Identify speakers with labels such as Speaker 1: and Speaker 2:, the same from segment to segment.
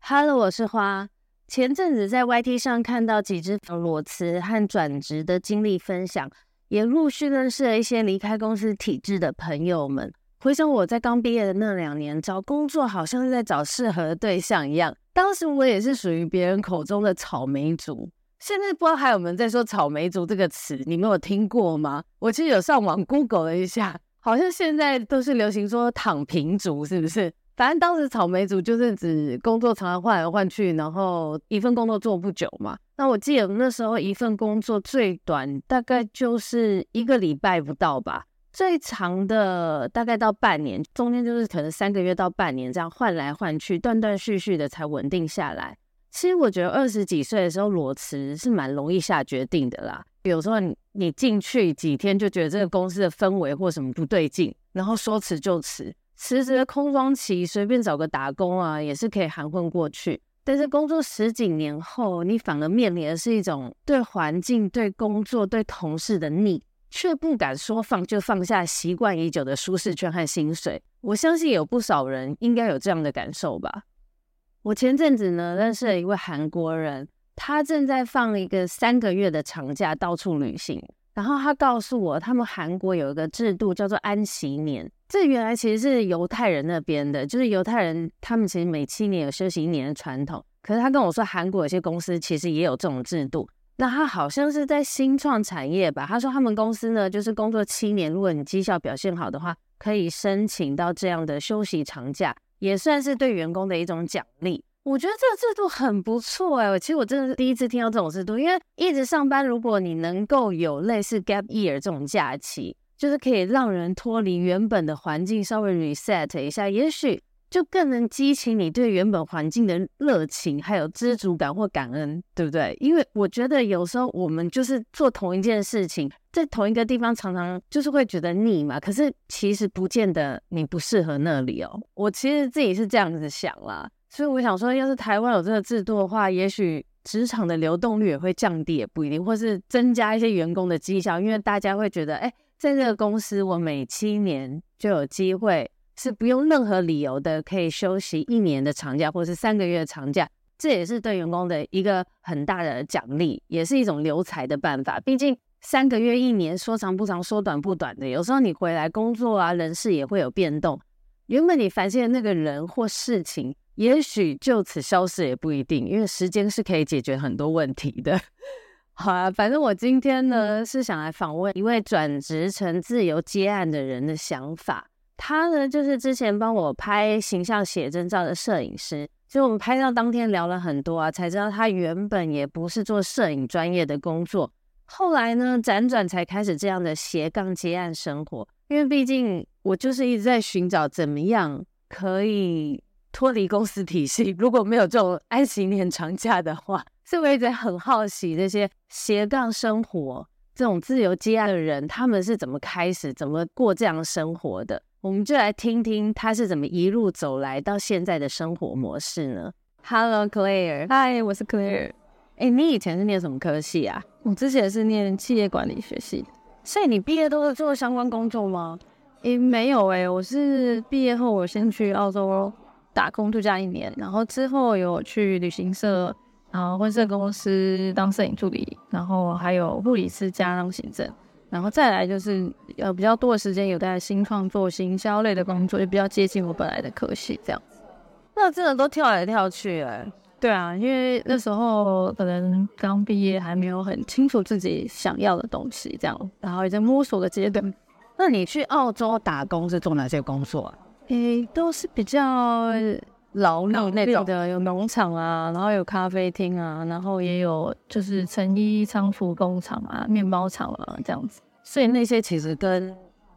Speaker 1: Hello，我是花。前阵子在 YT 上看到几只裸辞和转职的经历分享，也陆续认识了一些离开公司体制的朋友们。回想我在刚毕业的那两年，找工作好像是在找适合的对象一样。当时我也是属于别人口中的草莓族。现在不知道还有没有在说“草莓族”这个词，你们有听过吗？我其实有上网 Google 了一下，好像现在都是流行说“躺平族”，是不是？反正当时草莓族就是指工作常常换来换去，然后一份工作做不久嘛。那我记得我那时候一份工作最短大概就是一个礼拜不到吧，最长的大概到半年，中间就是可能三个月到半年这样换来换去，断断续续的才稳定下来。其实我觉得二十几岁的时候裸辞是蛮容易下决定的啦。有时候你你进去几天就觉得这个公司的氛围或什么不对劲，然后说辞就辞，辞职的空窗期，随便找个打工啊，也是可以含混过去。但是工作十几年后，你反而面临的是一种对环境、对工作、对同事的逆，却不敢说放就放下习惯已久的舒适圈和薪水。我相信有不少人应该有这样的感受吧。我前阵子呢认识了一位韩国人，他正在放一个三个月的长假，到处旅行。然后他告诉我，他们韩国有一个制度叫做安息年，这原来其实是犹太人那边的，就是犹太人他们其实每七年有休息一年的传统。可是他跟我说，韩国有些公司其实也有这种制度。那他好像是在新创产业吧？他说他们公司呢，就是工作七年，如果你绩效表现好的话，可以申请到这样的休息长假，也算是对员工的一种奖励。我觉得这个制度很不错哎、其实我真的是第一次听到这种制度，因为一直上班，如果你能够有类似 gap year 这种假期，就是可以让人脱离原本的环境，稍微 reset 一下，也许就更能激起你对原本环境的热情，还有知足感或感恩，对不对？因为我觉得有时候我们就是做同一件事情，在同一个地方，常常就是会觉得腻嘛。可是其实不见得你不适合那里哦。我其实自己是这样子想啦，所以我想说，要是台湾有这个制度的话，也许。职场的流动率也会降低，也不一定，或是增加一些员工的绩效，因为大家会觉得，哎，在这个公司，我每七年就有机会是不用任何理由的，可以休息一年的长假，或是三个月的长假。这也是对员工的一个很大的奖励，也是一种留才的办法。毕竟三个月、一年，说长不长，说短不短的。有时候你回来工作啊，人事也会有变动。原本你烦心的那个人或事情，也许就此消失也不一定，因为时间是可以解决很多问题的。 好啊，反正我今天呢是想来访问一位转职成自由接案的人的想法。他呢就是之前帮我拍形象写真照的摄影师，所以我们拍照当天聊了很多啊，才知道他原本也不是做摄影专业的工作，后来呢辗转才开始这样的斜杠接案生活。因为毕竟我就是一直在寻找怎么样可以脱离公司体系， 如果没有这种安息年长假的话，所以我一直很好奇这些斜杠生活这种自由接案的人，他们是怎么开始、怎么过这样的生活的？我们就来听听他是怎么一路走来到现在的生活模式呢？Hello Claire，
Speaker 2: 嗨，我是 Claire，
Speaker 1: 哎、你以前是念什么科系啊？
Speaker 2: 我之前是念企业管理学系，
Speaker 1: 所以你毕业都是做相关工作吗？
Speaker 2: 诶、没有诶、我
Speaker 1: 嗯
Speaker 2: 是毕业后我先去澳洲打工度假一年，然后之后有去旅行社，然后婚摄公司当摄影助理，然后还有护理师加当行政，然后再来就是呃比较多的时间有在新创作、行销类的工作，就比较接近我本来的科系这样。
Speaker 1: 那真的都跳来跳去哎、
Speaker 2: 对啊，因为那时候可能刚毕业，还没有很清楚自己想要的东西，这样，然后也在摸索的阶段，
Speaker 1: 那你去澳洲打工是做哪些工作啊？
Speaker 2: 诶、都是比较
Speaker 1: 劳
Speaker 3: 那
Speaker 1: 力那种。
Speaker 3: 的有农场啊，然后有咖啡厅啊，然后也有
Speaker 1: 嗯
Speaker 3: 就是成衣仓储工厂啊、面包厂啊这样子。
Speaker 1: 所以那些其实跟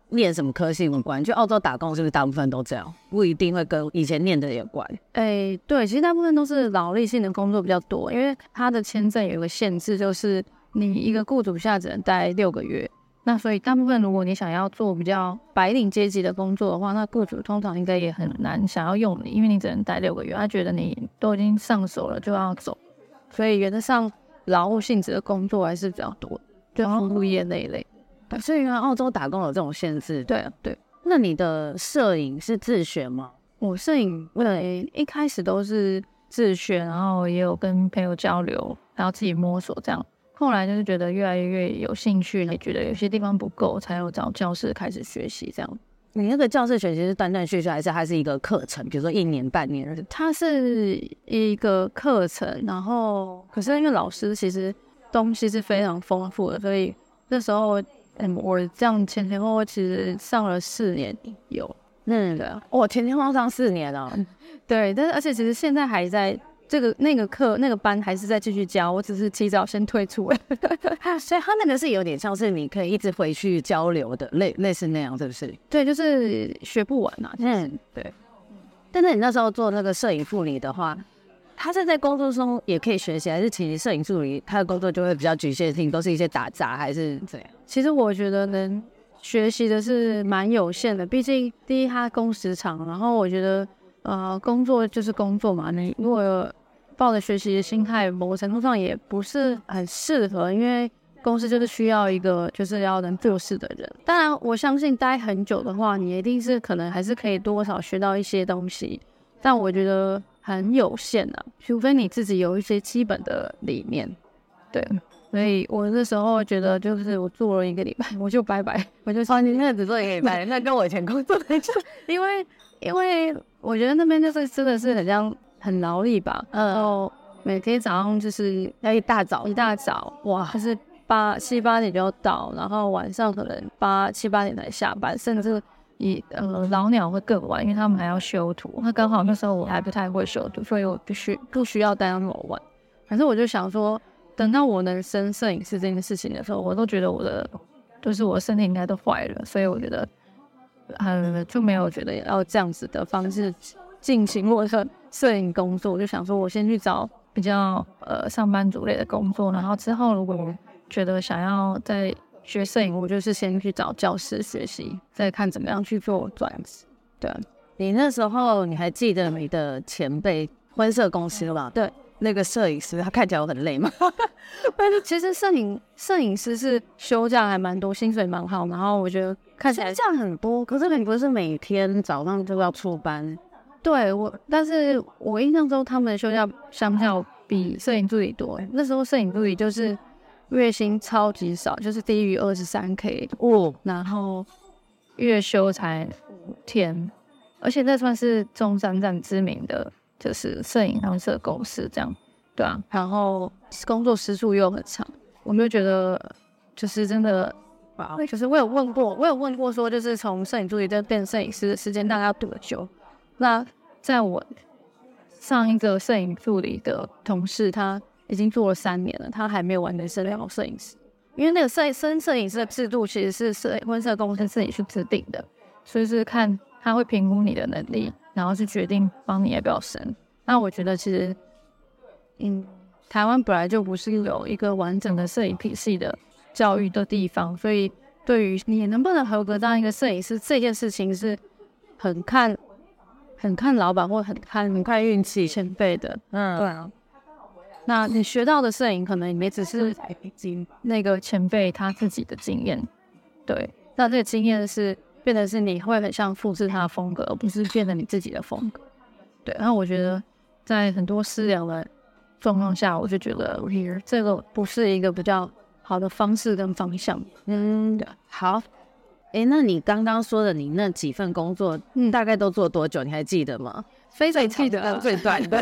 Speaker 1: 念什么科系无关，就澳洲打工是不是大部分都这样？不一定会跟以前念的有关。
Speaker 3: 哎、对，其实大部分都是劳力性的工作比较多，因为他的签证有一个限制，就是你一个雇主下只能待六个月。那所以大部分如果你想要做比较白领阶级的工作的话，那雇主通常应该也很难想要用你，因为你只能待六个月，他觉得你都已经上手了就要走。所以原则上劳务性质的工作还是比较多，就服务业那一类。
Speaker 1: 所以原来澳洲打工有这种限制。，
Speaker 3: 对啊，对。
Speaker 1: 那你的摄影是自学吗？
Speaker 3: 我摄影，对，一开始都是自学，然后也有跟朋友交流，然后自己摸索这样。后来就是觉得越来越有兴趣，也觉得有些地方不够，才有找教室开始学习这样。
Speaker 1: 你那个教室学习是断断续续，还是它是一个课程？比如说一年、半年？
Speaker 3: 它是一个课程，然后可是因为老师其实东西是非常丰富的，所以那时候嗯，我这样前前后后其实上了四年有，
Speaker 1: 嗯，
Speaker 3: 对啊。
Speaker 1: 我前天上上四年哦了、
Speaker 3: 对，但是而且其实现在还在这个那个课那个班还是在继续教，我只是提早先退出。
Speaker 1: 所以它那个是有点像是你可以一直回去交流的，类类似那样，是不是？
Speaker 3: 对，就是学不完啊。
Speaker 1: 嗯，
Speaker 3: 对。
Speaker 1: 但是你那时候做那个摄影助理的话，他是在工作中也可以学习，还是其实摄影助理他的工作就会比较局限性，都是一些打杂还是怎样？
Speaker 3: 其实我觉得能学习的是蛮有限的，毕竟第一它工时长，然后我觉得呃工作就是工作嘛，你如果有抱着学习的心态，某个程度上也不是很适合，因为公司就是需要一个就是要能做事的人。当然，我相信待很久的话，你一定是可能还是可以多少学到一些东西，但我觉得很有限啊，除非你自己有一些基本的理念，对。所以我那时候觉得，就是我做了一个礼拜，我就拜拜，我就
Speaker 1: 哦，你那个只做一个礼拜，那跟我以前工作的就
Speaker 3: 因为因为我觉得那边就是真的是很像很劳力吧，然后每天早上就是
Speaker 1: 要一大早
Speaker 3: 一大早哇，就是八七八点就要到，然后晚上可能八七八点才下班，甚至以呃老鸟会更晚，因为他们还要修图。那刚好那时候我还不太会修图，所以我必须不需要待那么晚。可是我就想说，等到我能升摄影师这件事情的时候，我都觉得我的就是我的身体应该都坏了，所以我觉得呃就没有觉得要这样子的方式进行我的摄影工作，我就想说我先去找比较呃上班族类的工作，然后之后如果我觉得想要再学摄影，我就是先去找教室学习，再看怎么样去做转职。对啊，
Speaker 1: 你那时候你还记得你的前辈婚摄公司吧？
Speaker 3: 对，
Speaker 1: 那个摄影师他看起来我很 累吗？
Speaker 3: 但是其实摄影摄影师是休假还蛮多，薪水蛮好，然后我觉得看起来
Speaker 1: 这样很多，可是你不是每天早上就要出班？
Speaker 3: 对我，但是我印象中他们的休假相较比摄影助理多。欸那时候摄影助理就是月薪超级少，就是低于二十三 k，
Speaker 1: 哦，
Speaker 3: 然后月休才五天，而且那算是中山站知名的，就是摄影公社公司这样，对啊，然后工作时数又很长，我就觉得就是真的。
Speaker 1: 哇
Speaker 3: 就是我有问过，我有问过说，就是从摄影助理到变摄影师的时间大概要多久？那在我上一个摄影助理的同事，他已经做了三年了，他还没有完成升到摄影师。因为那个摄升摄影师的制度其实是摄婚摄公司自己去制定的，所以是看他会评估你的能力，然后去决定帮你要不要升。那我觉得其实，嗯，台湾本来就不是有一个完整的摄影体系的教育的地方，所以对于你能不能合格当一个摄影师这件事情是很看很看老板或很看很看运气前辈的，对
Speaker 1: 嗯，
Speaker 3: 啊。那你学到的摄影，可能也只是
Speaker 1: 哎
Speaker 3: 那个前辈他自己的经验，对。那这个经验是变得是你会很像复制他的风格，而不是变得你自己的风格。对。然后我觉得在很多私聊的状况下，我就觉得 here 这个不是一个比较好的方式跟方向。
Speaker 1: 嗯，好。哎、那你刚刚说的你那几份工作，嗯，大概都做多久？你还记得吗？
Speaker 3: 非常
Speaker 1: 记得最短的，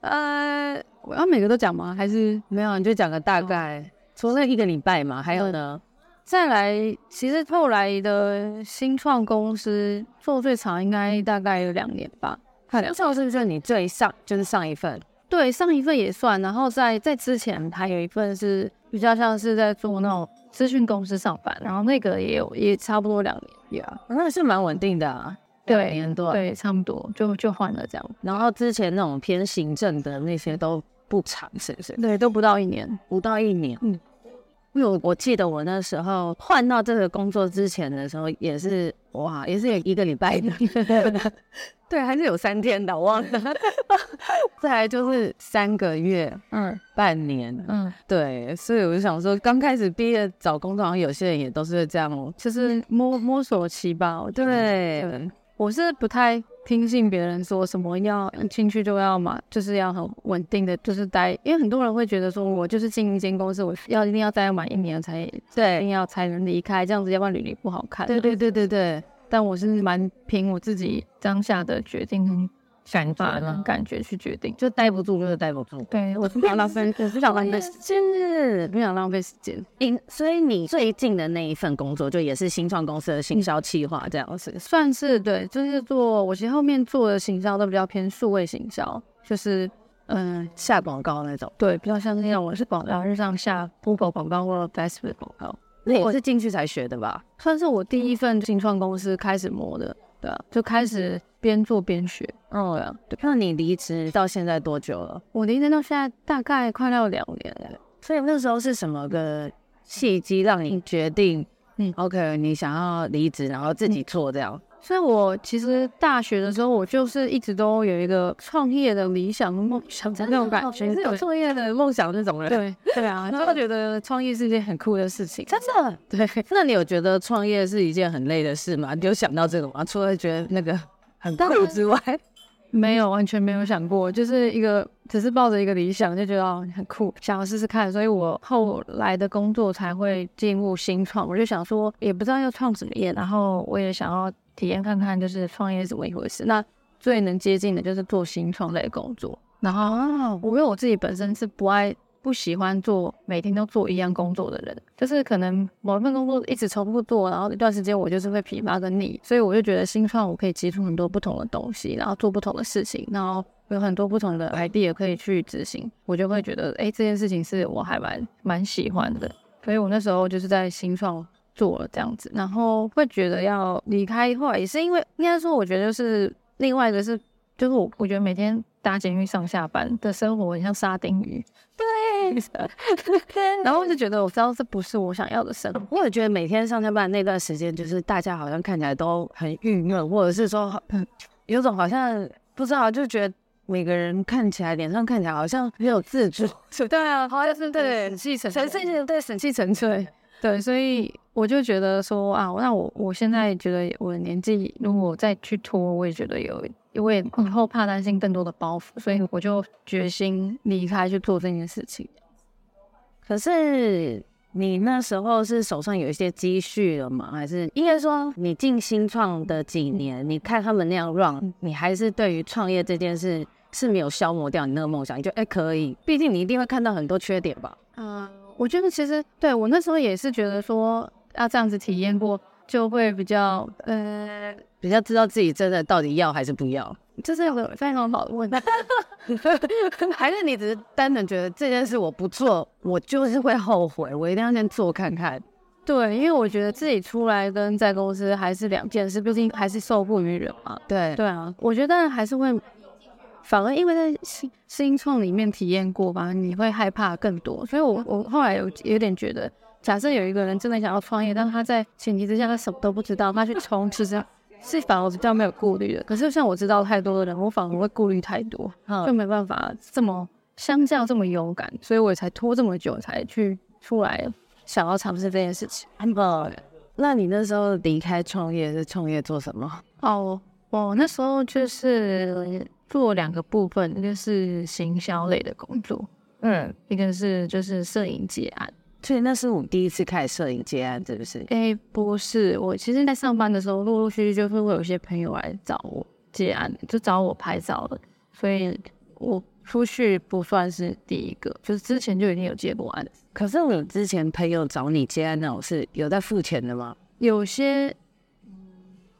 Speaker 3: 呃，我要每个都讲吗？还是
Speaker 1: 没有，你就讲个大概。除了一个礼拜嘛，还有呢？
Speaker 3: 再来，其实后来的新创公司做最长应该大概有两年吧。快
Speaker 1: 那
Speaker 3: 两
Speaker 1: 时候是不是就你最上就是上一份？
Speaker 3: 对，上一份也算，然后在在之前还有一份是比较像是在做那种资讯公司上班，然后那个也有也差不多两年呀，
Speaker 1: 哦那还是蛮稳定的、啊，
Speaker 3: 对
Speaker 1: 两年多。，
Speaker 3: 对，差不多就就换了这样，
Speaker 1: 然后之前那种偏行政的那些都不长，是不是？
Speaker 3: 对，都不到一 年，
Speaker 1: 不到一年。
Speaker 3: 嗯，
Speaker 1: 因为我我记得我那时候换到这个工作之前的时候，也是哇，也是有一个礼拜的，对，还是有三天的，我忘了。再来就是三个 月、
Speaker 3: 嗯
Speaker 1: 半年，
Speaker 3: 嗯，
Speaker 1: 对，所以我就想说，刚开始毕业找工作，好像有些人也都是会这样哦。
Speaker 3: 就是摸摸索期吧，我觉得
Speaker 1: 对，
Speaker 3: 对我是不太听信别人说什么要进去就要嘛，就是要很稳定的，就是待，因为很多人会觉得说我就是进一间公司，我要一定要待满一年才一定
Speaker 1: 对，
Speaker 3: 要才能离开，这样子要不然履历不好看。
Speaker 1: 对，对，对，对，对，
Speaker 3: 但我是蛮凭我自己当下的决定跟
Speaker 1: 感
Speaker 3: 法跟感觉去决定。
Speaker 1: 就待不住，就是待不住。
Speaker 3: 对，我不想浪费，我不想浪 费，
Speaker 1: 是，
Speaker 3: 不想浪费时间。
Speaker 1: 因所以你最近的那一份工作，就也是新创公司的行销企划这样子。
Speaker 3: 算是对，就是做我其实后面做的行销都比较偏数位行销，就是嗯、呃
Speaker 1: 下广告那种，
Speaker 3: 对，比较像是那种我是广告日上下 Google 广告或者 Facebook 广告，
Speaker 1: 那也是进去才学的吧？
Speaker 3: 算是我第
Speaker 1: 嗯
Speaker 3: 一份新创公司开始磨的，对啊，就开始边做边学。
Speaker 1: 嗯，对。那你离职到现在多久了？
Speaker 3: 我离职到现在大概快要两年了，
Speaker 1: 所以那时候是什么个契机让你决定？
Speaker 3: 嗯
Speaker 1: ，OK，你想要离职，然后自己做这样？
Speaker 3: 所以我其实大学的时候，我就是一直都有一个创业的理想跟
Speaker 1: 哦
Speaker 3: 梦想的那种感觉，
Speaker 1: 是有
Speaker 3: 对
Speaker 1: 创业的梦想这种人。，
Speaker 3: 对对啊，
Speaker 1: 然
Speaker 3: 就
Speaker 1: 后
Speaker 3: 觉得创业是一件很酷的事 情。
Speaker 1: 真的。
Speaker 3: 对，
Speaker 1: 那你有觉得创业是一件很累的事吗？你有想到这个吗？除了觉得那个很
Speaker 3: 当
Speaker 1: 酷
Speaker 3: 然
Speaker 1: 之外，
Speaker 3: 没有完全没有想过，就是一个只是抱着一个理想，就觉得哦很酷，想要试试看。所以我后来的工作才会进入新创，我就想说也不知道要创什么业，然后我也想要体验看看，就是创业是怎么一回事。那最能接近的就是做新创类的工作，然后
Speaker 1: 哦，
Speaker 3: 我因为我自己本身是不爱、不喜欢做每天都做一样工作的人，就是可能某一份工作一直重复做，然后一段时间我就是会疲乏跟腻，所以我就觉得新创我可以接触很多不同的东西，然后做不同的事情，然后有很多不同的 idea 可以去执行，我就会觉得，哎、这件事情是我还蛮蛮喜欢的，所以我那时候就是在新创做了这样子，然后会觉得要离开，后来也是因为应该说，我觉得就是另外一个是，就是我我觉得每天搭监狱上下班的生活很像沙丁鱼， 对，然后我就觉得我知道这不是我想要的生活，
Speaker 1: 我也觉得每天上下班那段时间，就是大家好像看起来都很郁闷，或者是说，嗯，有种好像不知道，就觉得每个人看起来脸上看起来好像很有自主，
Speaker 3: 对啊，好像是对，
Speaker 1: 气沉
Speaker 3: 沉
Speaker 1: 沉沉对，神气沉
Speaker 3: 对
Speaker 1: 醉。
Speaker 3: 对，所以我就觉得说啊，那我我现在觉得我的年纪如果再去拖，我也觉得有，我也以后怕担心更多的包袱，所以我就决心离开去做这件事情。
Speaker 1: 可是你那时候是手上有一些积蓄了吗？还是应该说你进新创的几年，你看他们那样 run，你还是对于创业这件事是没有消磨掉你那个梦想？你就哎、可以，毕竟你一定会看到很多缺点吧？
Speaker 3: 嗯，我觉得其实对我那时候也是觉得说要这样子体验过，就会比较呃，
Speaker 1: 比较知道自己真的到底要还是不要。
Speaker 3: 这是有个非常好的问题。
Speaker 1: 还是你只是单纯觉得这件事我不做，我就是会后悔，我一定要先做看看。
Speaker 3: 对，因为我觉得自己出来跟在公司还是两件事，毕竟还是受雇于人嘛。
Speaker 1: 对，
Speaker 3: 对啊，我觉得还是会，反而因为在新新创里面体验过吧，你会害怕更多。所以我我后来有有点觉得，假设有一个人真的想要创业，但他在前提之下他什么都不知道，他去冲刺是是反而比较没有顾虑的。可是像我知道太多的人，我反而会顾虑太多，就
Speaker 1: 嗯，
Speaker 3: 没办法这么相较这么勇敢，所以我才拖这么久才去出来想要尝试这件事情。
Speaker 1: 安宝，那你那时候离开创业是创业做什么？
Speaker 3: 哦，我那时候就是做两个部分，一个是行销类的工作，
Speaker 1: 嗯，
Speaker 3: 一个是就是摄影结案。
Speaker 1: 所以那是我第一次开始摄影接案，是不是？
Speaker 3: 诶，不是，我其实在上班的时候，陆陆续续就是会有一些朋友来找我接案，就找我拍照的，所以我出去不算是第一个，就是之前就已经有接过案了。
Speaker 1: 可是我之前朋友找你接案那种是有在付钱的吗？
Speaker 3: 有些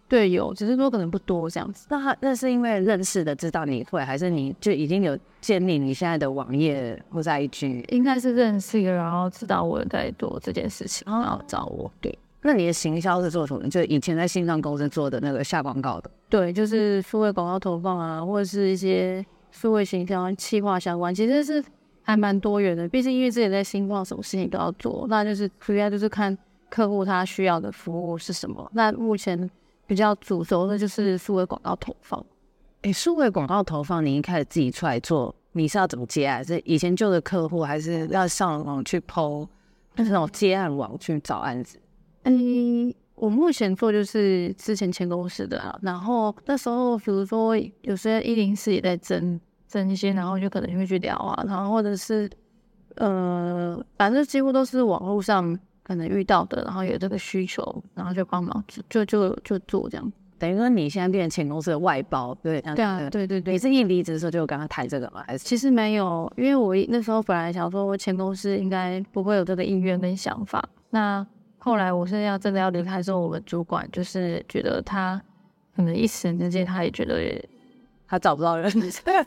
Speaker 3: 对，有，只是说可能不多这样子。
Speaker 1: 那他那是因为认识的知道你会，还是你就已经有建立你现在的网页或者 IG？
Speaker 3: 应该是认识一个，然后知道我在做这件事情，然后找我。对
Speaker 1: 那你的行销是做什么？就以前在新浪公司做的那个下广告的。
Speaker 3: 对，就是数位广告投放啊，或者是一些数位形象、企划相关，其实是还蛮多元的。毕竟因为之前在新创，什么事情都要做，那就是主要就是看客户他需要的服务是什么。那目前比较主轴的就是数位广告投放。
Speaker 1: 诶，数位广告投放，你一开始自己出来做，你是要怎么接啊？是以前旧的客户，还是要上网去剖那种接案网去找案子？
Speaker 3: 嗯，我目前做就是之前前公司的啊，然后那时候比如说有些一零四也在争争一些，然后就可能会去聊啊，然后或者是呃，反正几乎都是网络上可能遇到的，然后有这个需求，然后就帮忙就就就就做这样。
Speaker 1: 等于说你现在变成前公司的外包，对对
Speaker 3: 对啊，对对对
Speaker 1: 你，是一离职的时候就有跟他谈这个吗？还是
Speaker 3: 其实没有，因为我一那时候本来想说，我前公司应该不会有这个意愿跟想法。那后来我是要真的要离开的时候，我们主管就是觉得他可能一时之间他也觉得也
Speaker 1: 他找不到 人？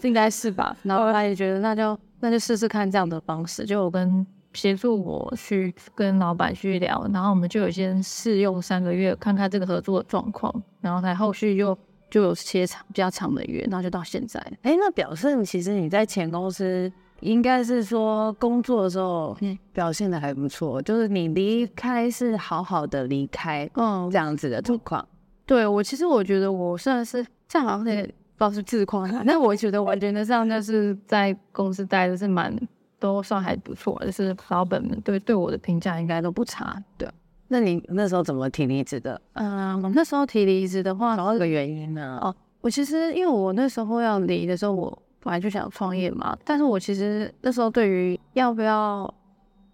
Speaker 3: 应该是吧，然后他也觉得那就那就试试看这样的方式。就我跟协助我去跟老板去聊，然后我们就有先试用三个月，看看这个合作的状况，然后才后续就就有些长比较长的约，然后就到现在。
Speaker 1: 哎、那表示其实你在前公司应该是说工作的时候
Speaker 3: 嗯
Speaker 1: 表现的还不错，就是你离开是好好的离开
Speaker 3: 嗯
Speaker 1: 这样子的状况。
Speaker 3: 对我，其实我觉得我算是这样，好像有
Speaker 1: 嗯
Speaker 3: 点不知道是自夸，啊但我觉得我觉得这样就是在公司待的是蛮都算还不错，就是老板们对对我的评价应该都不差。对，啊
Speaker 1: 那你那时候怎么提离职的？
Speaker 3: 嗯、那时候提离职的话，然后
Speaker 1: 这个原因呢？
Speaker 3: 哦，我其实因为我那时候要离的时候，我本来就想创业嘛，但是我其实那时候对于要不要，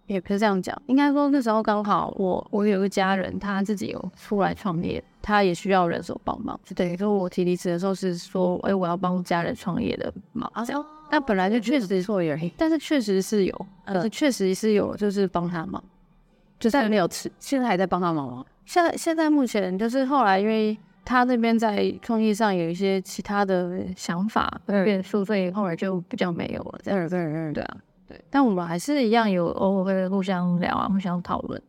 Speaker 3: 也不是这样讲，应该说那时候刚好我我有个家人，他自己有出来创业，他也需要人手帮忙，就等于说我提离职的时候是说，哎、我要帮家人创业的忙，这样但本来就确实
Speaker 1: 做原因，
Speaker 3: 但是确实是有，但是确实是有，就是帮他忙。
Speaker 1: 就在没有辞，现在还在帮他忙吗？
Speaker 3: 现在现在目前就是后来，因为他那边在创意上有一些其他的想法变数，所以后来就比较没有了。这样
Speaker 1: 对对对
Speaker 3: 对啊，对。但我们还是一样有偶尔会互相聊啊，互相讨论。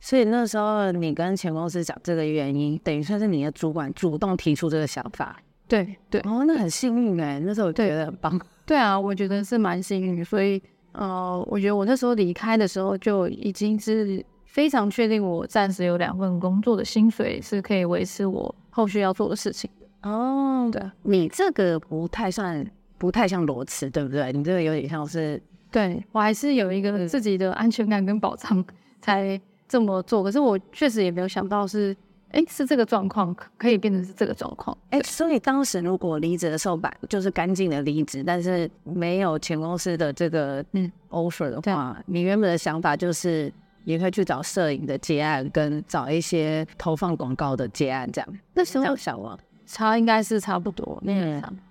Speaker 1: 所以那时候你跟前公司讲这个原因，等于算是你的主管主动提出这个想法。
Speaker 3: 对对
Speaker 1: 哦，那很幸运哎、那时候我觉
Speaker 3: 对
Speaker 1: 得很 棒。
Speaker 3: 对啊，我觉得是蛮幸运，所以呃，我觉得我那时候离开的时候就已经是非常确定，我暂时有两份工作的薪水是可以维持我后续要做的事情。
Speaker 1: 哦，
Speaker 3: 对啊，
Speaker 1: 你这个不太算，不太像裸辞，对不对？你这个有点像是
Speaker 3: 对我还是有一个自己的安全感跟保障才这么做。可是我确实也没有想到是，哎、是这个状况可可以变成是这个状况。
Speaker 1: 哎、所以当时如果离职的时候把就是干净的离职，但是没有前公司的这个
Speaker 3: 嗯
Speaker 1: offer 的
Speaker 3: 对
Speaker 1: 话，你原本的想法就是也会去找摄影的接案，跟找一些投放广告的接案这样。
Speaker 3: 那时
Speaker 1: 这
Speaker 3: 候
Speaker 1: 样想啊，
Speaker 3: 差应该是差不多，那
Speaker 1: 嗯
Speaker 3: 个差不多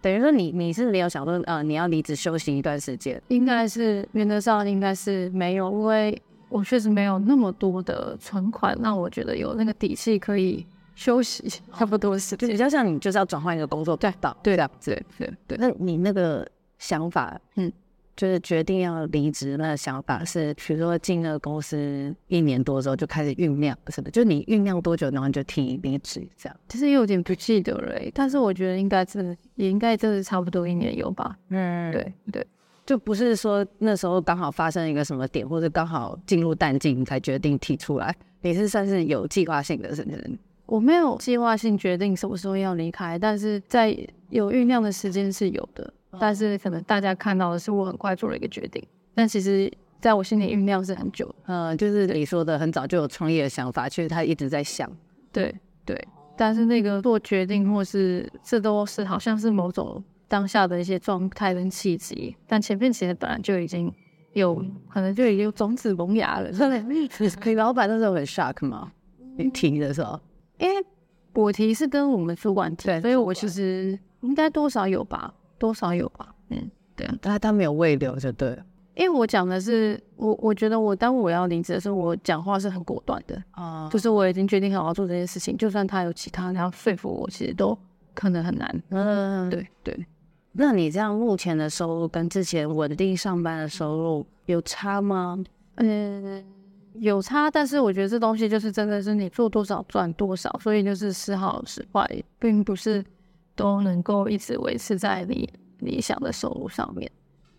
Speaker 1: 等于说你你是没有想说呃你要离职休息一段时间，
Speaker 3: 应该是原则上应该是没有，因为我确实没有那么多的存款，让我觉得有那个底气可以休息差不多时
Speaker 1: 就比
Speaker 3: 间。
Speaker 1: 较像你就是要转换一个工作对道
Speaker 3: 对
Speaker 1: 这样子。
Speaker 3: 对对对，
Speaker 1: 那你那个想法，嗯
Speaker 3: 嗯，
Speaker 1: 就是决定要离职那个想法是，比如说进那个公司一年多之后就开始酝酿，不是的，就你酝酿多久，然后你就提离职这样。
Speaker 3: 其实有点不记得了、诶但是我觉得应该真的也应该真的差不多一年有吧。
Speaker 1: 嗯，对，
Speaker 3: 对对。
Speaker 1: 就不是说那时候刚好发生一个什么点，或者刚好进入淡季，你才决定提出来，你是算是有计划性的，是不是？
Speaker 3: 我没有计划性决定什么时候要离开，但是在有酝酿的时间是有的，但是可能大家看到的是我很快做了一个决定，但其实在我心里酝酿是很久的。
Speaker 1: 呃，就是你说的很早就有创业的想法，其实他一直在 想。
Speaker 3: 对对，但是那个做决定或是这都是好像是某种当下的一些状态跟契机，但前面其实本来就已经有可能就已经有种子萌芽了，真的。
Speaker 1: 你老板那时候很 shock 吗？你提的时候，
Speaker 3: 因为我提是跟我们主管提
Speaker 1: 对，
Speaker 3: 所以我其实应该多少有吧，多少有吧，嗯。
Speaker 1: 他他没有未留就对了。
Speaker 3: 因为我讲的是我，我觉得我当我要离职的时候，我讲话是很果断的，
Speaker 1: 啊
Speaker 3: 就是我已经决定好要做这件事情，就算他有其他人要说服我，其实都可能很难。
Speaker 1: 嗯，
Speaker 3: 对对，
Speaker 1: 那你这样目前的收入跟之前稳定上班的收入有差吗？
Speaker 3: 嗯，有差，但是我觉得这东西就是真的是你做多少赚多少，所以就是时好时坏，并不是都能够一直维持在你理想的收入上面。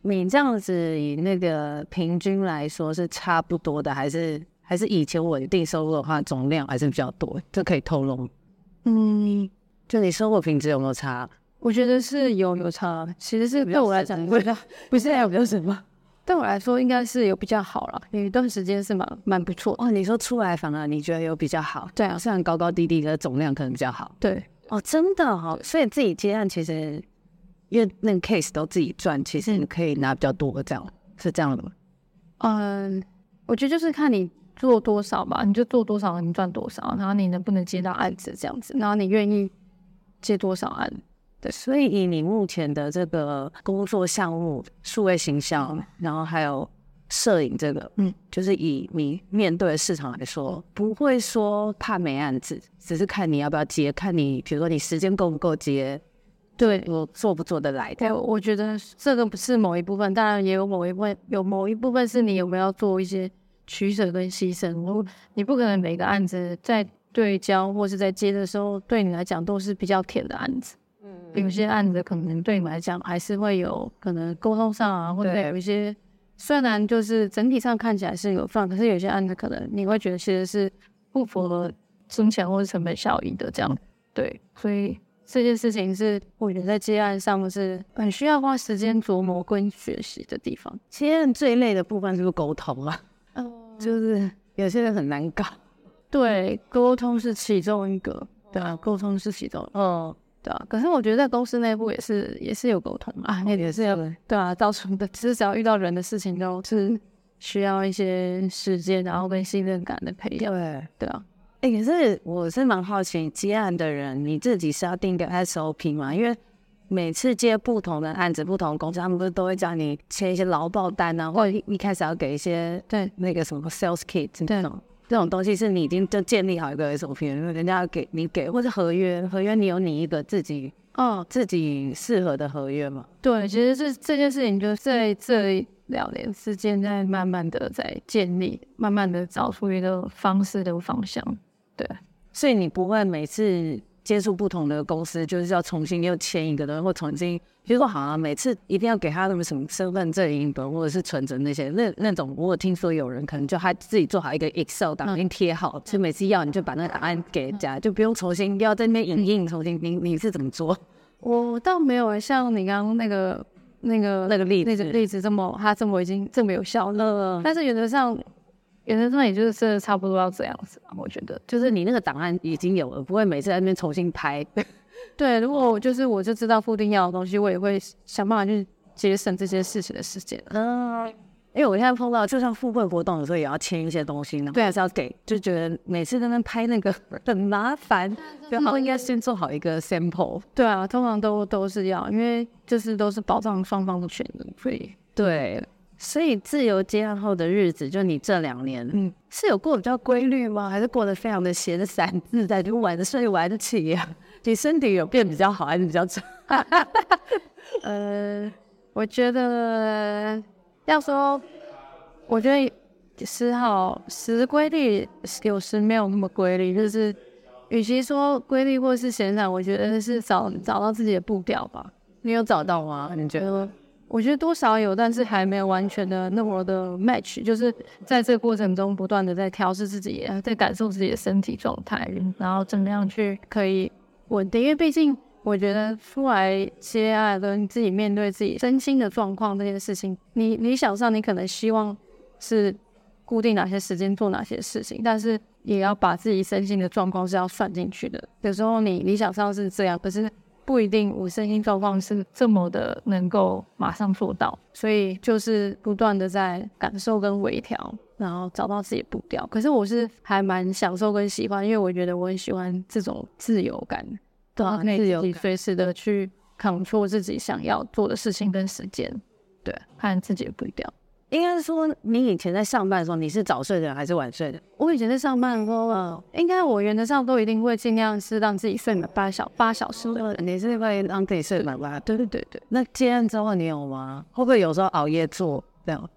Speaker 1: 你这样子以那个平均来说是差不多的，还是还是以前稳定收入的话，总量还是比较多？这可以透露吗？
Speaker 3: 嗯，
Speaker 1: 就你生活品质有没有差？
Speaker 3: 我觉得是有有差，其实是对我来讲，
Speaker 1: 比较不是还有比较什么？
Speaker 3: 对我来说应该是有比较好啦，有一段时间是蛮蛮不错的。
Speaker 1: 哦，你说出来反而你觉得有比较好？
Speaker 3: 对啊
Speaker 1: 虽然高高低低，可是总量可能比较好。
Speaker 3: 对，
Speaker 1: 哦，真的哦，所以自己接案其实，因为那个 case 都自己赚，其实你可以拿比较多，这样是这样的吗？
Speaker 3: 嗯，我觉得就是看你做多少吧，你就做多少，你赚多少，然后你能不能接到案子这样子，然后你愿意接多少案，
Speaker 1: 所以以你目前的这个工作项目，数位形象，然后还有摄影这个，
Speaker 3: 嗯，
Speaker 1: 就是以你面对的市场来说，不会说怕没案子，只是看你要不要接，看你比如说你时间够不够接，
Speaker 3: 对，
Speaker 1: 我做不做得来的。
Speaker 3: 对，我觉得这个不是某一部分，当然也有某一部分，有某一部分是你有没有要做一些取舍跟牺牲。我你不可能每个案子在对焦或是在接的时候，对你来讲都是比较甜的案子。嗯，有些案子可能对你来讲还是会有可能沟通上啊，或者
Speaker 1: 对
Speaker 3: 有一些虽然就是整体上看起来是有放，可是有些案子可能你会觉得其实是不符合金钱或是成本效益的这样。对，所以这件事情是我觉得在接案上是很需要花时间琢磨跟学习的地方。
Speaker 1: 接案最累的部分是不是沟通啊？
Speaker 3: 嗯，
Speaker 1: 就是有些人很难搞。
Speaker 3: 对，沟通是其中一个，对啊，沟通是其中一个，
Speaker 1: 嗯，
Speaker 3: 对啊。可是我觉得在公司内部也是也是有沟通啊， 也
Speaker 1: 也是要
Speaker 3: 对啊，到处的，只是只要遇到人的事情都是需要一些时间，然后跟信任感的培养，
Speaker 1: 对。
Speaker 3: 对啊。
Speaker 1: 哎、可是我是蛮好奇，接案的人你自己是要定个 SOP 嘛？因为每次接不同的案子、不同公司，他们不是都会叫你签一些劳报单啊，或者一一开始要给一些
Speaker 3: 对
Speaker 1: 那个什么 sales kit 这
Speaker 3: 对哦
Speaker 1: 种这种东西，是你已经就建立好一个 SOP，了因为人家要给你给，或者合约，合约你有你一个自己
Speaker 3: 哦，
Speaker 1: 自己适合的合约嘛？
Speaker 3: 对，其实是这件事情，就在这两年之间，在慢慢的在建立，慢慢的找出一个方式的方向。对，啊
Speaker 1: 所以你不会每次接触不同的公司，就是要重新又签一个东西，或重新，比如说好像、啊每次一定要给他们什么身份证影本或者是存折那些，那那种我有听说有人可能就他自己做好一个 Excel 档，已经贴好，就每次要你就把那个答案给人家，就不用重新要在那边影印，重新你你是怎么做？
Speaker 3: 我倒没有欸像你刚刚那个那个
Speaker 1: 那个例
Speaker 3: 那
Speaker 1: 子
Speaker 3: 个例子这么，他这么已经这么有效了。
Speaker 1: 呃，
Speaker 3: 但是原则上，原则上也就是差不多要这样子吧，我觉得。
Speaker 1: 就是你那个档案已经有了，不会每次在那边重新拍。
Speaker 3: 对，如果我就是我就知道固定要的东西，我也会想办法去节省这些事情的时间。
Speaker 1: 嗯，因为我现在碰到，就像付费活动有时候也要签一些东西，然后
Speaker 3: 对
Speaker 1: 啊还是要给，就觉得每次在那拍那个很麻 烦，然后应该先做好一个 sample。
Speaker 3: 对啊，通常都都是要，因为就是都是保障双方的权益，所以
Speaker 1: 对，所以自由接案后的日子，就你这两年，嗯
Speaker 3: 嗯，
Speaker 1: 是有过比较规律吗？还是过得非常的闲散自在，就玩得睡玩得起呀、 你身体有变比较好，还是比较差？
Speaker 3: 呃，我觉得要说，我觉得时好时规律，有时没有那么规律。就是，与其说规律或是闲散，我觉得是找找到自己的步调吧。
Speaker 1: 你有找到吗？你觉得？
Speaker 3: 呃，我觉得多少有，但是还没有完全的那么的 match，就是在这个过程中不断的在调试自己，呃在感受自己的身体状态，然后怎么样去可以稳定，因为毕竟我觉得出来接案跟自己面对自己身心的状况这件事情，你理想上你可能希望是固定哪些时间做哪些事情，但是也要把自己身心的状况是要算进去的。有时候你理想上是这样，可是不一定我身心状况是这么的能够马上做到，所以就是不断的在感受跟微调，然后找到自己的步调。可是我是还蛮享受跟喜欢，因为我觉得我很喜欢这种自由感，对
Speaker 1: 啊
Speaker 3: 可以
Speaker 1: 自由
Speaker 3: 自己
Speaker 1: 感
Speaker 3: 随时的去 control 自己想要做的事情跟时间，对，看自己的步调。
Speaker 1: 应该说，你以前在上班的时候，你是早睡的人还是晚睡的？
Speaker 3: 我以前在上班的时候啊，应该我原则上都一定会尽量是让自己睡满八小八小时的。
Speaker 1: 呃你是会让自己睡满吧？
Speaker 3: 对对对对，
Speaker 1: 那接案之后你有吗？会不会有时候熬夜做这样？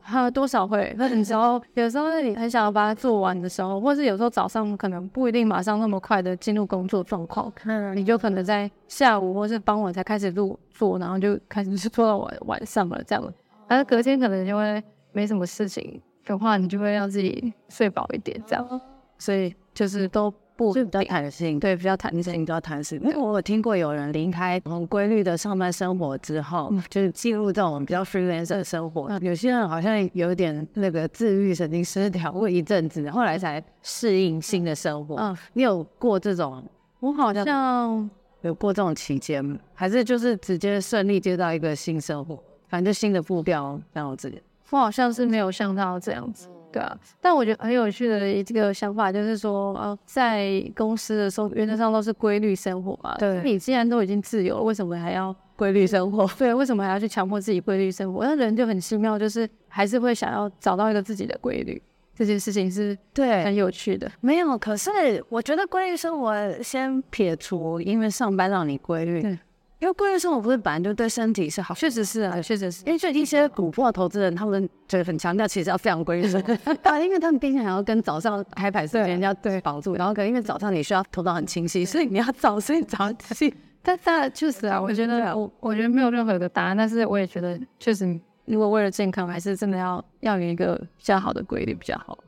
Speaker 3: 还有多少会？那你知道，有时候你很想要把它做完的时候，或是有时候早上可能不一定马上那么快的进入工作状况，啊你就可能在下午或是傍晚才开始入做，然后就开始就做到晚晚上了这样。但是隔天可能就会没什么事情的话，你就会让自己睡饱一点这样。所以就是都不
Speaker 1: 哦就比较弹性，
Speaker 3: 对比较弹
Speaker 1: 你
Speaker 3: 性。
Speaker 1: 比较弹性。因为我有听过有人离开很规律的上班生活之后，
Speaker 3: 嗯
Speaker 1: 就是进入这种比较 freelance 的生活，有些人好像有点那个自律神经失调过一阵子，后来才适应新的生活。
Speaker 3: 嗯
Speaker 1: 你有过这种
Speaker 3: 我好像
Speaker 1: 有过这种期间吗？还是就是直接顺利接到一个新生活，反正就新的步调这样子？
Speaker 3: 我好像是没有想到这样子，对啊。但我觉得很有趣的一个想法就是说，呃，在公司的时候原则上都是规律生活嘛。
Speaker 1: 对
Speaker 3: 你既然都已经自由了，为什么还要
Speaker 1: 规律生活，
Speaker 3: 对？为什么还要去强迫自己规律生活？那人就很奇妙，就是还是会想要找到一个自己的规律。这件事情是
Speaker 1: 对
Speaker 3: 很有趣的，
Speaker 1: 没有，可是我觉得规律生活先撇除，因为上班让你规律，
Speaker 3: 对
Speaker 1: 因为规律生活不是本来就对身体是好，
Speaker 3: 确实是啊，确实是。
Speaker 1: 因为就一些股票投资人，他们就很强调其实要非常规 律生活，啊，因为他们毕竟还要跟早上开盘时间要对绑住，然后可能因为早上你需要头脑很清晰，所以你要早睡早起，
Speaker 3: 但但确实啊，我觉得我我觉得没有任何的答案，但是我也觉得确实，如果为了健康，还是真的要要有一个比较好的规律比较好。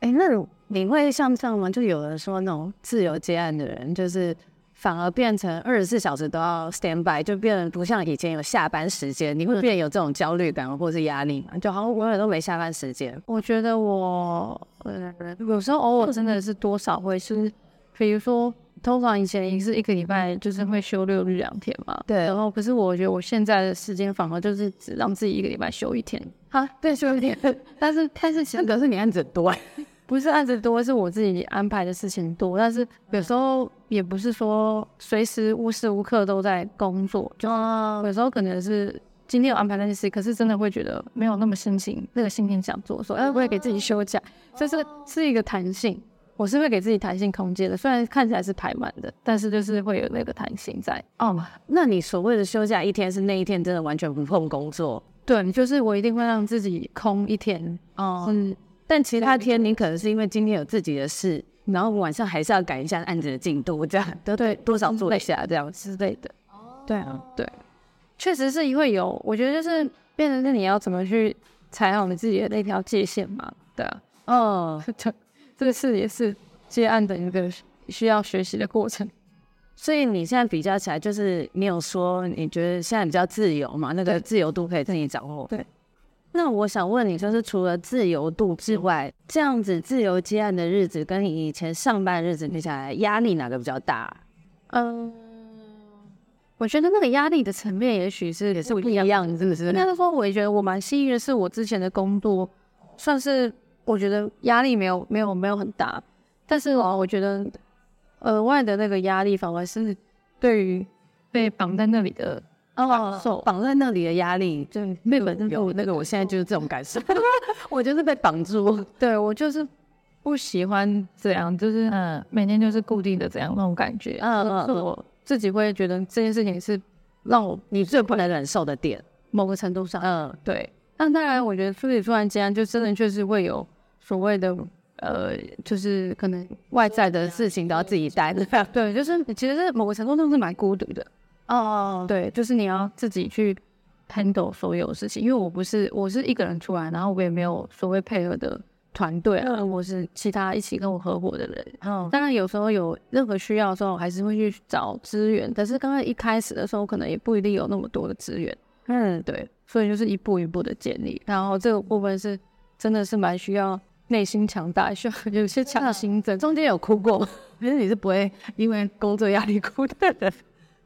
Speaker 1: 哎、那你会像这样吗？就有人说那种自由接案的人，就是反而变成二十四小时都要 stand by，就变得不像以前有下班时间，你会变得有这种焦虑感或是压力吗？就好像永远都没下班时间。
Speaker 3: 我觉得我呃有时候偶尔真的是多少会是，比如说通常以前是一个礼拜就是会休六日两天嘛，
Speaker 1: 对
Speaker 3: 然后可是我觉得我现在的时间反而就是只让自己一个礼拜休一天， 哈，对，休一天，但是但是其实
Speaker 1: 可是你案子很多、欸，
Speaker 3: 不是案子多，是我自己安排的事情多，但是有时候也不是说随时无时无刻都在工作，就有时候可能是今天有安排那件事，可是真的会觉得没有那么心情，那个心情想做，说哎，我也给自己休假，就是是一个弹性，我是会给自己弹性空间的，虽然看起来是排满的，但是就是会有那个弹性在。哦，
Speaker 1: 那你所谓的休假一天是那一天真的完全不碰工作
Speaker 3: 对，就是我一定会让自己空一天，
Speaker 1: 哦，
Speaker 3: 嗯，
Speaker 1: 但其他天你可能是因为今天有自己的事，然后晚上还是要赶一下案子的进度，这样对对，多少做一下这样
Speaker 3: 之类的。
Speaker 1: 对啊，
Speaker 3: 确实是会有，我觉得就是变成是你要怎么去踩好你自己的那条界限嘛。对啊，
Speaker 1: 哦，
Speaker 3: 这这是也是接案的一个需要学习的过程。
Speaker 1: 所以你现在比较起来，就是你有说你觉得现在比较自由嘛？那个自由度可以自己掌握。
Speaker 3: 对。
Speaker 1: 那我想问你，就是除了自由度之外，这样子自由接案的日子跟你以前上班的日子比起来，压力哪个比较大？
Speaker 3: 嗯，我觉得那个压力的层面也许是也是
Speaker 1: 不一样，是不是
Speaker 3: 嗯应？该是说，我也觉得我蛮幸运的是，我之前的工作算是我觉得压力没有没有没有很大，但是哦，我觉得额外的那个压力反而是对于被绑在那里的
Speaker 1: 哦
Speaker 3: 受
Speaker 1: 绑在那里的压力，
Speaker 3: 对被绑在那
Speaker 1: 有
Speaker 3: 里
Speaker 1: 那个，我现在就是这种感 受，我就是被绑住。
Speaker 3: 对我就是不喜欢这样，就是嗯，每天就是固定的这样那种感觉，
Speaker 1: 嗯嗯
Speaker 3: 是我自己会觉得这件事情是让我
Speaker 1: 你最不能忍受的点，
Speaker 3: 某个程度上
Speaker 1: 嗯，
Speaker 3: 对，那当然，我觉得处理突然间就真的就是会有所谓的呃，就是可能
Speaker 1: 外在的事情都要自己担。
Speaker 3: 对，就是其实是某个程度上是蛮孤独的。
Speaker 1: 哦，
Speaker 3: 对，就是你要自己去 handle 所有事情，因为我不是我是一个人出来，然后我也没有所谓配合的团队啊，我是其他一起跟我合伙的人。
Speaker 1: 嗯，
Speaker 3: 当然，有时候有任何需要的时候，我还是会去找资源。但是刚刚一开始的时候，可能也不一定有那么多的资源。
Speaker 1: 嗯，
Speaker 3: 对，所以就是一步一步的建立。然后这个部分是真的是蛮需要内心强大，需要 有些强心针。
Speaker 1: 中间有哭过 吗，可是你是不会因为工作压力哭的人。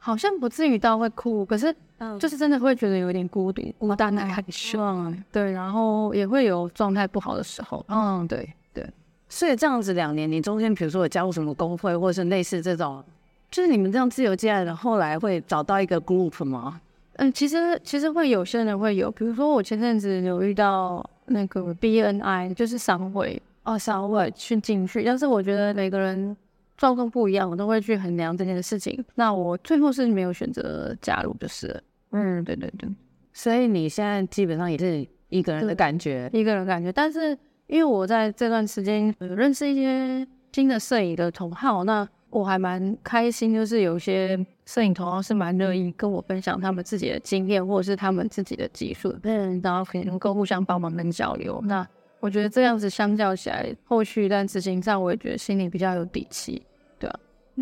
Speaker 3: 好像不至于到会哭，可是
Speaker 1: 嗯
Speaker 3: 就是真的会觉得有点孤独、孤单的感觉。
Speaker 1: 望
Speaker 3: 对，然后也会有状态不好的时候。
Speaker 1: 嗯，
Speaker 3: 对对，
Speaker 1: 所以这样子两年，你中间比如说有加入什么工会，或是类似这种，就是你们这样自由接案的，后来会找到一个 group 吗？
Speaker 3: 嗯，其实其实会有些人会有，比如说我前阵子有遇到那个 BNI，就是商会哦，商会去进去，但是我觉得每个人状况不一样，我都会去衡量这件事情。那我最后是没有选择加入，就是了嗯，对对对，
Speaker 1: 所以你现在基本上也是一个人的
Speaker 3: 对
Speaker 1: 感觉，
Speaker 3: 一个人感觉。但是因为我在这段时间呃认识一些新的摄影的同好，那我还蛮开心，就是有一些摄影同好是蛮乐意跟我分享他们自己的经验，或者是他们自己的技术，嗯，然后可以能够互相帮忙跟交流。那我觉得这样子相较起来，后续在执行上，我也觉得心里比较有底气。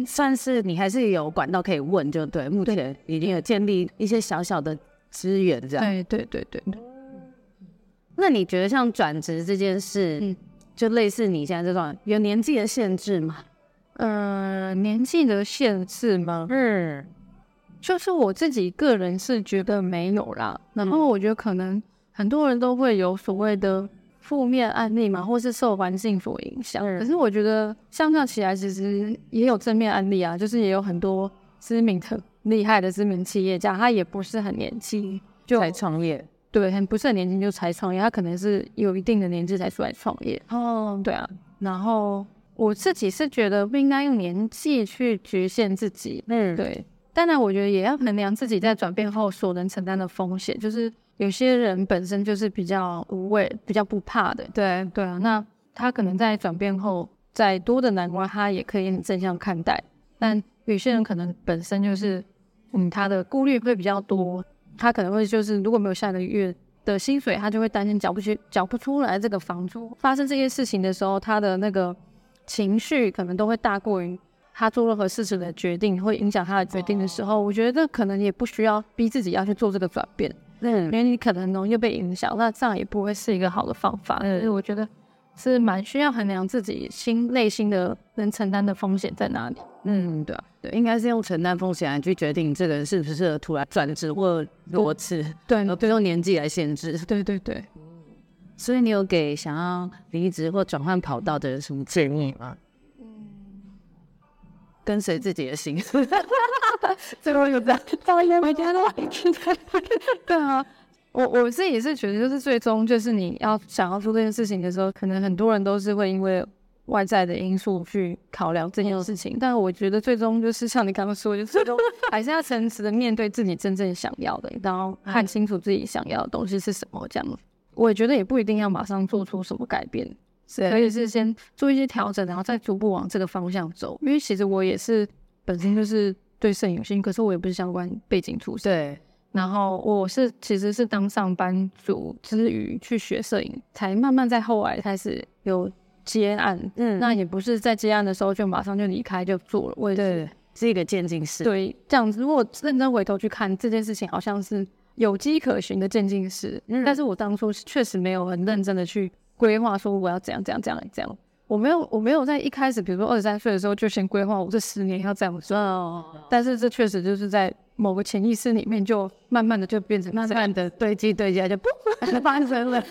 Speaker 1: 算是你还是有管道可以问，就对。目前已经有建立一些小小的资源，这样。
Speaker 3: 对对对对对，
Speaker 1: 那你觉得像转职这件事，
Speaker 3: 嗯
Speaker 1: 就类似你现在这种有年纪的限制吗？
Speaker 3: 呃，年纪的限制吗？
Speaker 1: 嗯，
Speaker 3: 就是我自己个人是觉得没有啦，然后我觉得可能很多人都会有所谓的负面案例嘛，或是受环境所影响。
Speaker 1: 嗯
Speaker 3: 可是我觉得相较起来，其实也有正面案例啊，就是也有很多知名的、厉害的知名企业家，他也不是很年轻，就
Speaker 1: 才创业
Speaker 3: 对，很不是很年轻就才创业，他可能是有一定的年纪才出来创业。哦，对啊。然后我自己是觉得不应该用年纪去局限自己。嗯，对。当然，我觉得也要衡量自己在转变后所能承担的风险。就是有些人本身就是比较无畏、比较不怕的。对对啊，那他可能在转变后，再多的难关，他也可以很正向看待。但有些人可能本身就是，嗯，他的顾虑会比较多，他可能会就是如果没有下个月的薪水，他就会担心缴不起、缴不出来这个房租。发生这些事情的时候，他的那个情绪可能都会大过于他做任何事情的决定，会影响他的决定的时候，我觉得可能也不需要逼自己要去做这个转变，因
Speaker 1: 嗯，
Speaker 3: 为你可能很容易被影响，那这样也不会是一个好的方法。所以我觉得是蛮需要衡量自己心内心的能承担的风险在哪里。嗯，对啊，
Speaker 1: 对，应该是用承担风险来去决定这个人适不适合突然转职或裸辞，
Speaker 3: 对
Speaker 1: 而不用年纪来限制。
Speaker 3: 对对对。
Speaker 1: 所以你有给想要离职或转换跑道的人什么建议吗？
Speaker 3: 嗯
Speaker 1: 跟随自己的 心，
Speaker 3: 最后又在到烟没加到， 对啊，我我自己是觉得，就是最终就是你要想要做这件事情的时候，可能很多人都是会因为外在的因素去考量这件事情，但我觉得最终就是像你刚刚说， 就是最终还是要诚实的面对自己真正想要的，然后看清楚自己想要的东西是什么，这样。我觉得也不一定要马上做出什么改变，可以是嗯先做一些调整，然后再逐步往这个方向走。因为其实我也是本身就是对摄影有兴趣，可是我也不是相关背景出身。
Speaker 1: 对，
Speaker 3: 然后我是其实是当上班族之余去学摄影，才慢慢在后来开始有接案。
Speaker 1: 嗯
Speaker 3: 那也不是在接案的时候就马上就离开就做了，我也是
Speaker 1: 对，是一个渐进式。
Speaker 3: 对这样子。如果认真回头去看这件事情，好像是有迹可循的渐进式，
Speaker 1: 嗯
Speaker 3: 但是我当初确实没有很认真的去规划说我要怎样怎样怎样怎样。我没有，我没有在一开始，比如说二十三岁的时候就先规划我这十年要怎样做，
Speaker 1: 哦
Speaker 3: 但是这确实就是在某个潜意识里面就慢慢的就变成
Speaker 1: 慢
Speaker 3: 这样
Speaker 1: 慢的堆积堆积，它就 噗发生了。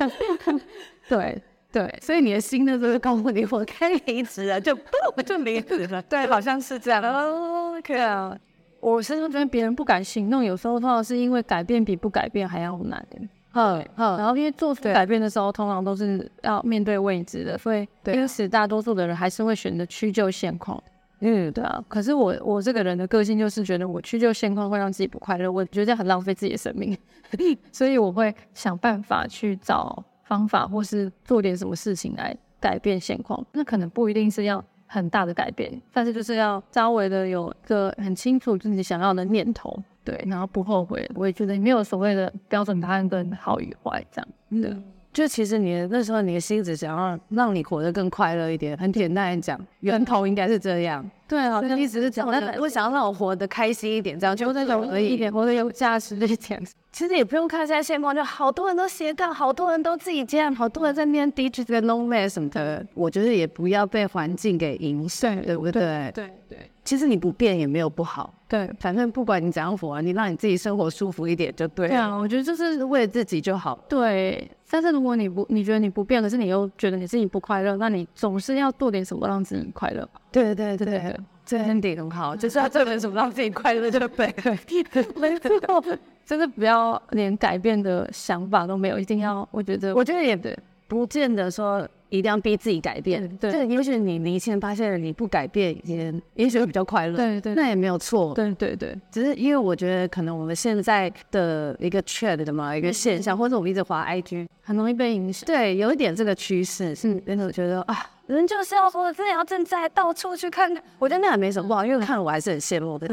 Speaker 3: 对对
Speaker 1: 所以你的心那时候就告诉你，我该离职了，就噗就离职了。 对，好像是这样。哦，
Speaker 3: 对啊，我是觉得别人不敢行动，有时候通常是因为改变比不改变还要难。欸
Speaker 1: 好，好，
Speaker 3: 然后因为做出改变的时候，通常都是要面对未知的，所以
Speaker 1: 对
Speaker 3: 因此大多数的人还是会选择屈就现况。
Speaker 1: 嗯，
Speaker 3: 对啊，可是我我这个人的个性就是觉得我屈就现况会让自己不快乐，我觉得这样很浪费自己的生命， 所以我会想办法去找方法，或是做点什么事情来改变现况。那可能不一定是要很大的改变，但是就是要稍微的有一个很清楚自己想要的念头，对，然后不后悔。我也觉得没有所谓的标准答案跟好与坏这样。对
Speaker 1: 嗯就其实你的那时候你的心只想要让你活得更快乐一点，很简单的讲，源头应该是这样。
Speaker 3: 对，好像
Speaker 1: 你只是讲，那我想要让我活得开心一点，这样就那种而
Speaker 3: 一
Speaker 1: 已。
Speaker 3: 点活得有价值一点。
Speaker 1: 其实也不用看现在现况，就好多人都斜杠，好多人都自己接案，好多人在面 d i g i t a l nomad 什么的。我觉得也不要被环境给影响，对不对？
Speaker 3: 对对
Speaker 1: 其实你不变也没有不好，
Speaker 3: 对
Speaker 1: 反正不管你怎样活、啊，你让你自己生活舒服一点就对了。
Speaker 3: 对啊，我觉得就是
Speaker 1: 为了自己就好。
Speaker 3: 对，但是如果你不，你觉得你不变，可是你又觉得你自己不快乐，那你总是要做点什么让自己快乐吧？
Speaker 1: 对对
Speaker 3: 对对
Speaker 1: 对，这真点很好，就是要做点什么让自己快 乐就对了。
Speaker 3: 没错， 真的不要连改变的想法都没有，一定要，我觉得
Speaker 1: 我觉得也对，不见得说一定要逼自己改变，
Speaker 3: 对
Speaker 1: 就是也许你离现发现你不改变，也也许会比较快乐，
Speaker 3: 对对
Speaker 1: 那也没有错，
Speaker 3: 对对对，
Speaker 1: 只是因为我觉得可能我们现在的一个 trend 的嘛，一个现象，或者我们一直滑 IG，
Speaker 3: 很容易被影响。
Speaker 1: 嗯对，有一点这个趋势，是真的觉得啊。人就是要活得自己要自在，到处去看看。我觉得那也没什么不好，因为看了我还是很羡 慕的。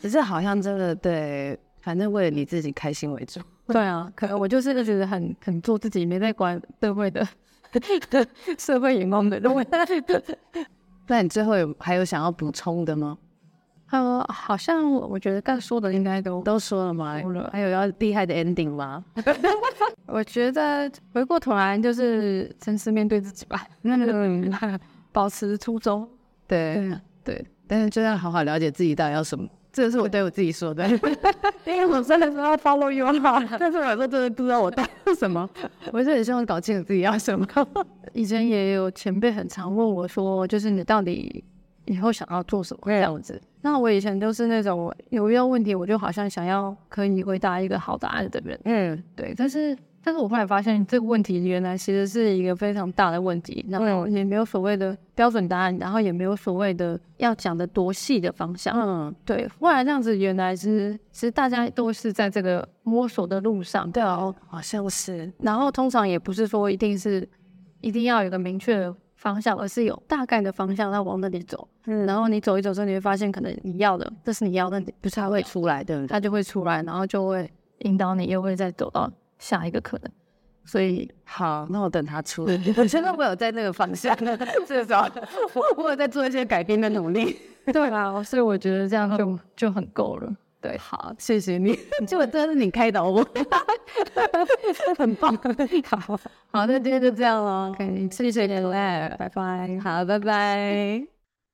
Speaker 1: 只是好像真的对，反正为了你自己开心为主。
Speaker 3: 对啊，可能我就是觉得很很做自己，没在管社会的 社会眼光的人。
Speaker 1: 那你最后有还有想要补充的吗？
Speaker 3: 呃，好像我我觉得刚说的应该都，
Speaker 1: 都说了吗？
Speaker 3: 说了
Speaker 1: 还有要厉害的 ending 吗？
Speaker 3: 我觉得回过头来就是诚实面对自己吧，
Speaker 1: 嗯，
Speaker 3: 保持初衷。
Speaker 1: 对
Speaker 3: 对对，
Speaker 1: 但是就要好好了解自己到底要什么。这个是我对我自己 说的，因为我真的说要 follow you 啦，但是我有时候真的不知道我到底要什 么，我就很希望搞清楚自己要什么。
Speaker 3: 以前也有前辈很常问我说，就是你到底以后想要做什么这样子。那我以前都是那种有遇到问题，我就好像想要可以回答一个好答案的人，
Speaker 1: 嗯，
Speaker 3: 对。但是，但是我后来发现这个问题原来其实是一个非常大的问题，然后也没有所谓的标准答案，然后也没有所谓的要讲的多细的方向。
Speaker 1: 嗯，
Speaker 3: 对，后来这样子，原来是其实大家都是在这个摸索的路上，对啊，
Speaker 1: 哦好像是，
Speaker 3: 然后通常也不是说一定是一定要有一个明确的方向，而是有大概的方向，要往那里走。
Speaker 1: 嗯
Speaker 3: 然后你走一走之后，你会发现可能你要的，这是你要的，但不是它会
Speaker 1: 会
Speaker 3: 出，
Speaker 1: 出来，对不对？
Speaker 3: 它就会出来，然后就会引导你，又会再走到下一个可能。所以
Speaker 1: 好，那我等他出来。 我觉得我有在那个方向， 至少 我我有在做一些改变的努力。
Speaker 3: 对啦，所以我觉得这样就就很够了。对，
Speaker 1: 好，谢谢 你，结果真的是你开导我，很棒。 好，
Speaker 3: 好，那今天就这样了，
Speaker 1: OK，谢谢 c l a
Speaker 3: 拜拜。
Speaker 1: 好，拜拜。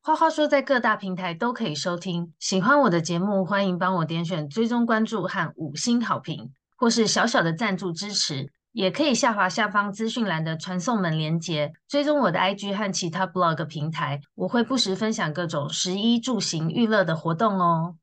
Speaker 4: 花花说在各大平台都可以收听。喜欢我的节目，欢迎帮我点选追踪、关注和五星好评，或是小小的赞助支持。也可以下滑下方资讯栏的传送门连接，追踪我的 IG 和其他 blog 平台，我会不时分享各种食衣住行娱乐的活动哦。